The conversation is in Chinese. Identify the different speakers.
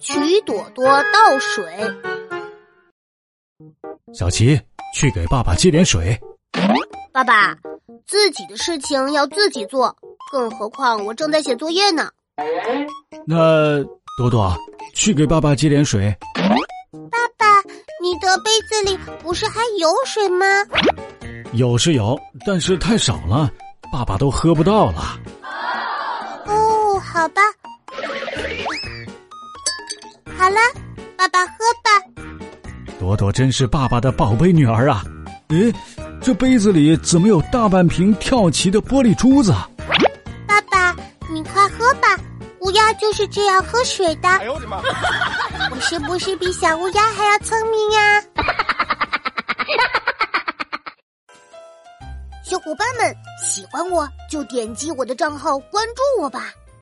Speaker 1: 曲朵朵倒水。
Speaker 2: 小琪，去给爸爸接点水。
Speaker 1: 爸爸，自己的事情要自己做，更何况我正在写作业呢。
Speaker 2: 那多多，去给爸爸接点水。
Speaker 1: 爸爸，你的杯子里不是还有水吗？
Speaker 2: 有是有，但是太少了，爸爸都喝不到了。
Speaker 1: 哦，好吧。好了，爸爸喝吧。
Speaker 2: 朵朵真是爸爸的宝贝女儿啊！诶，这杯子里怎么有大半瓶跳棋的玻璃珠子？啊
Speaker 1: 爸爸，你快喝吧。乌鸦就是这样喝水的。
Speaker 3: 哎呦我的妈！
Speaker 1: 我是不是比小乌鸦还要聪明呀、小伙伴们，喜欢我就点击我的账号关注我吧。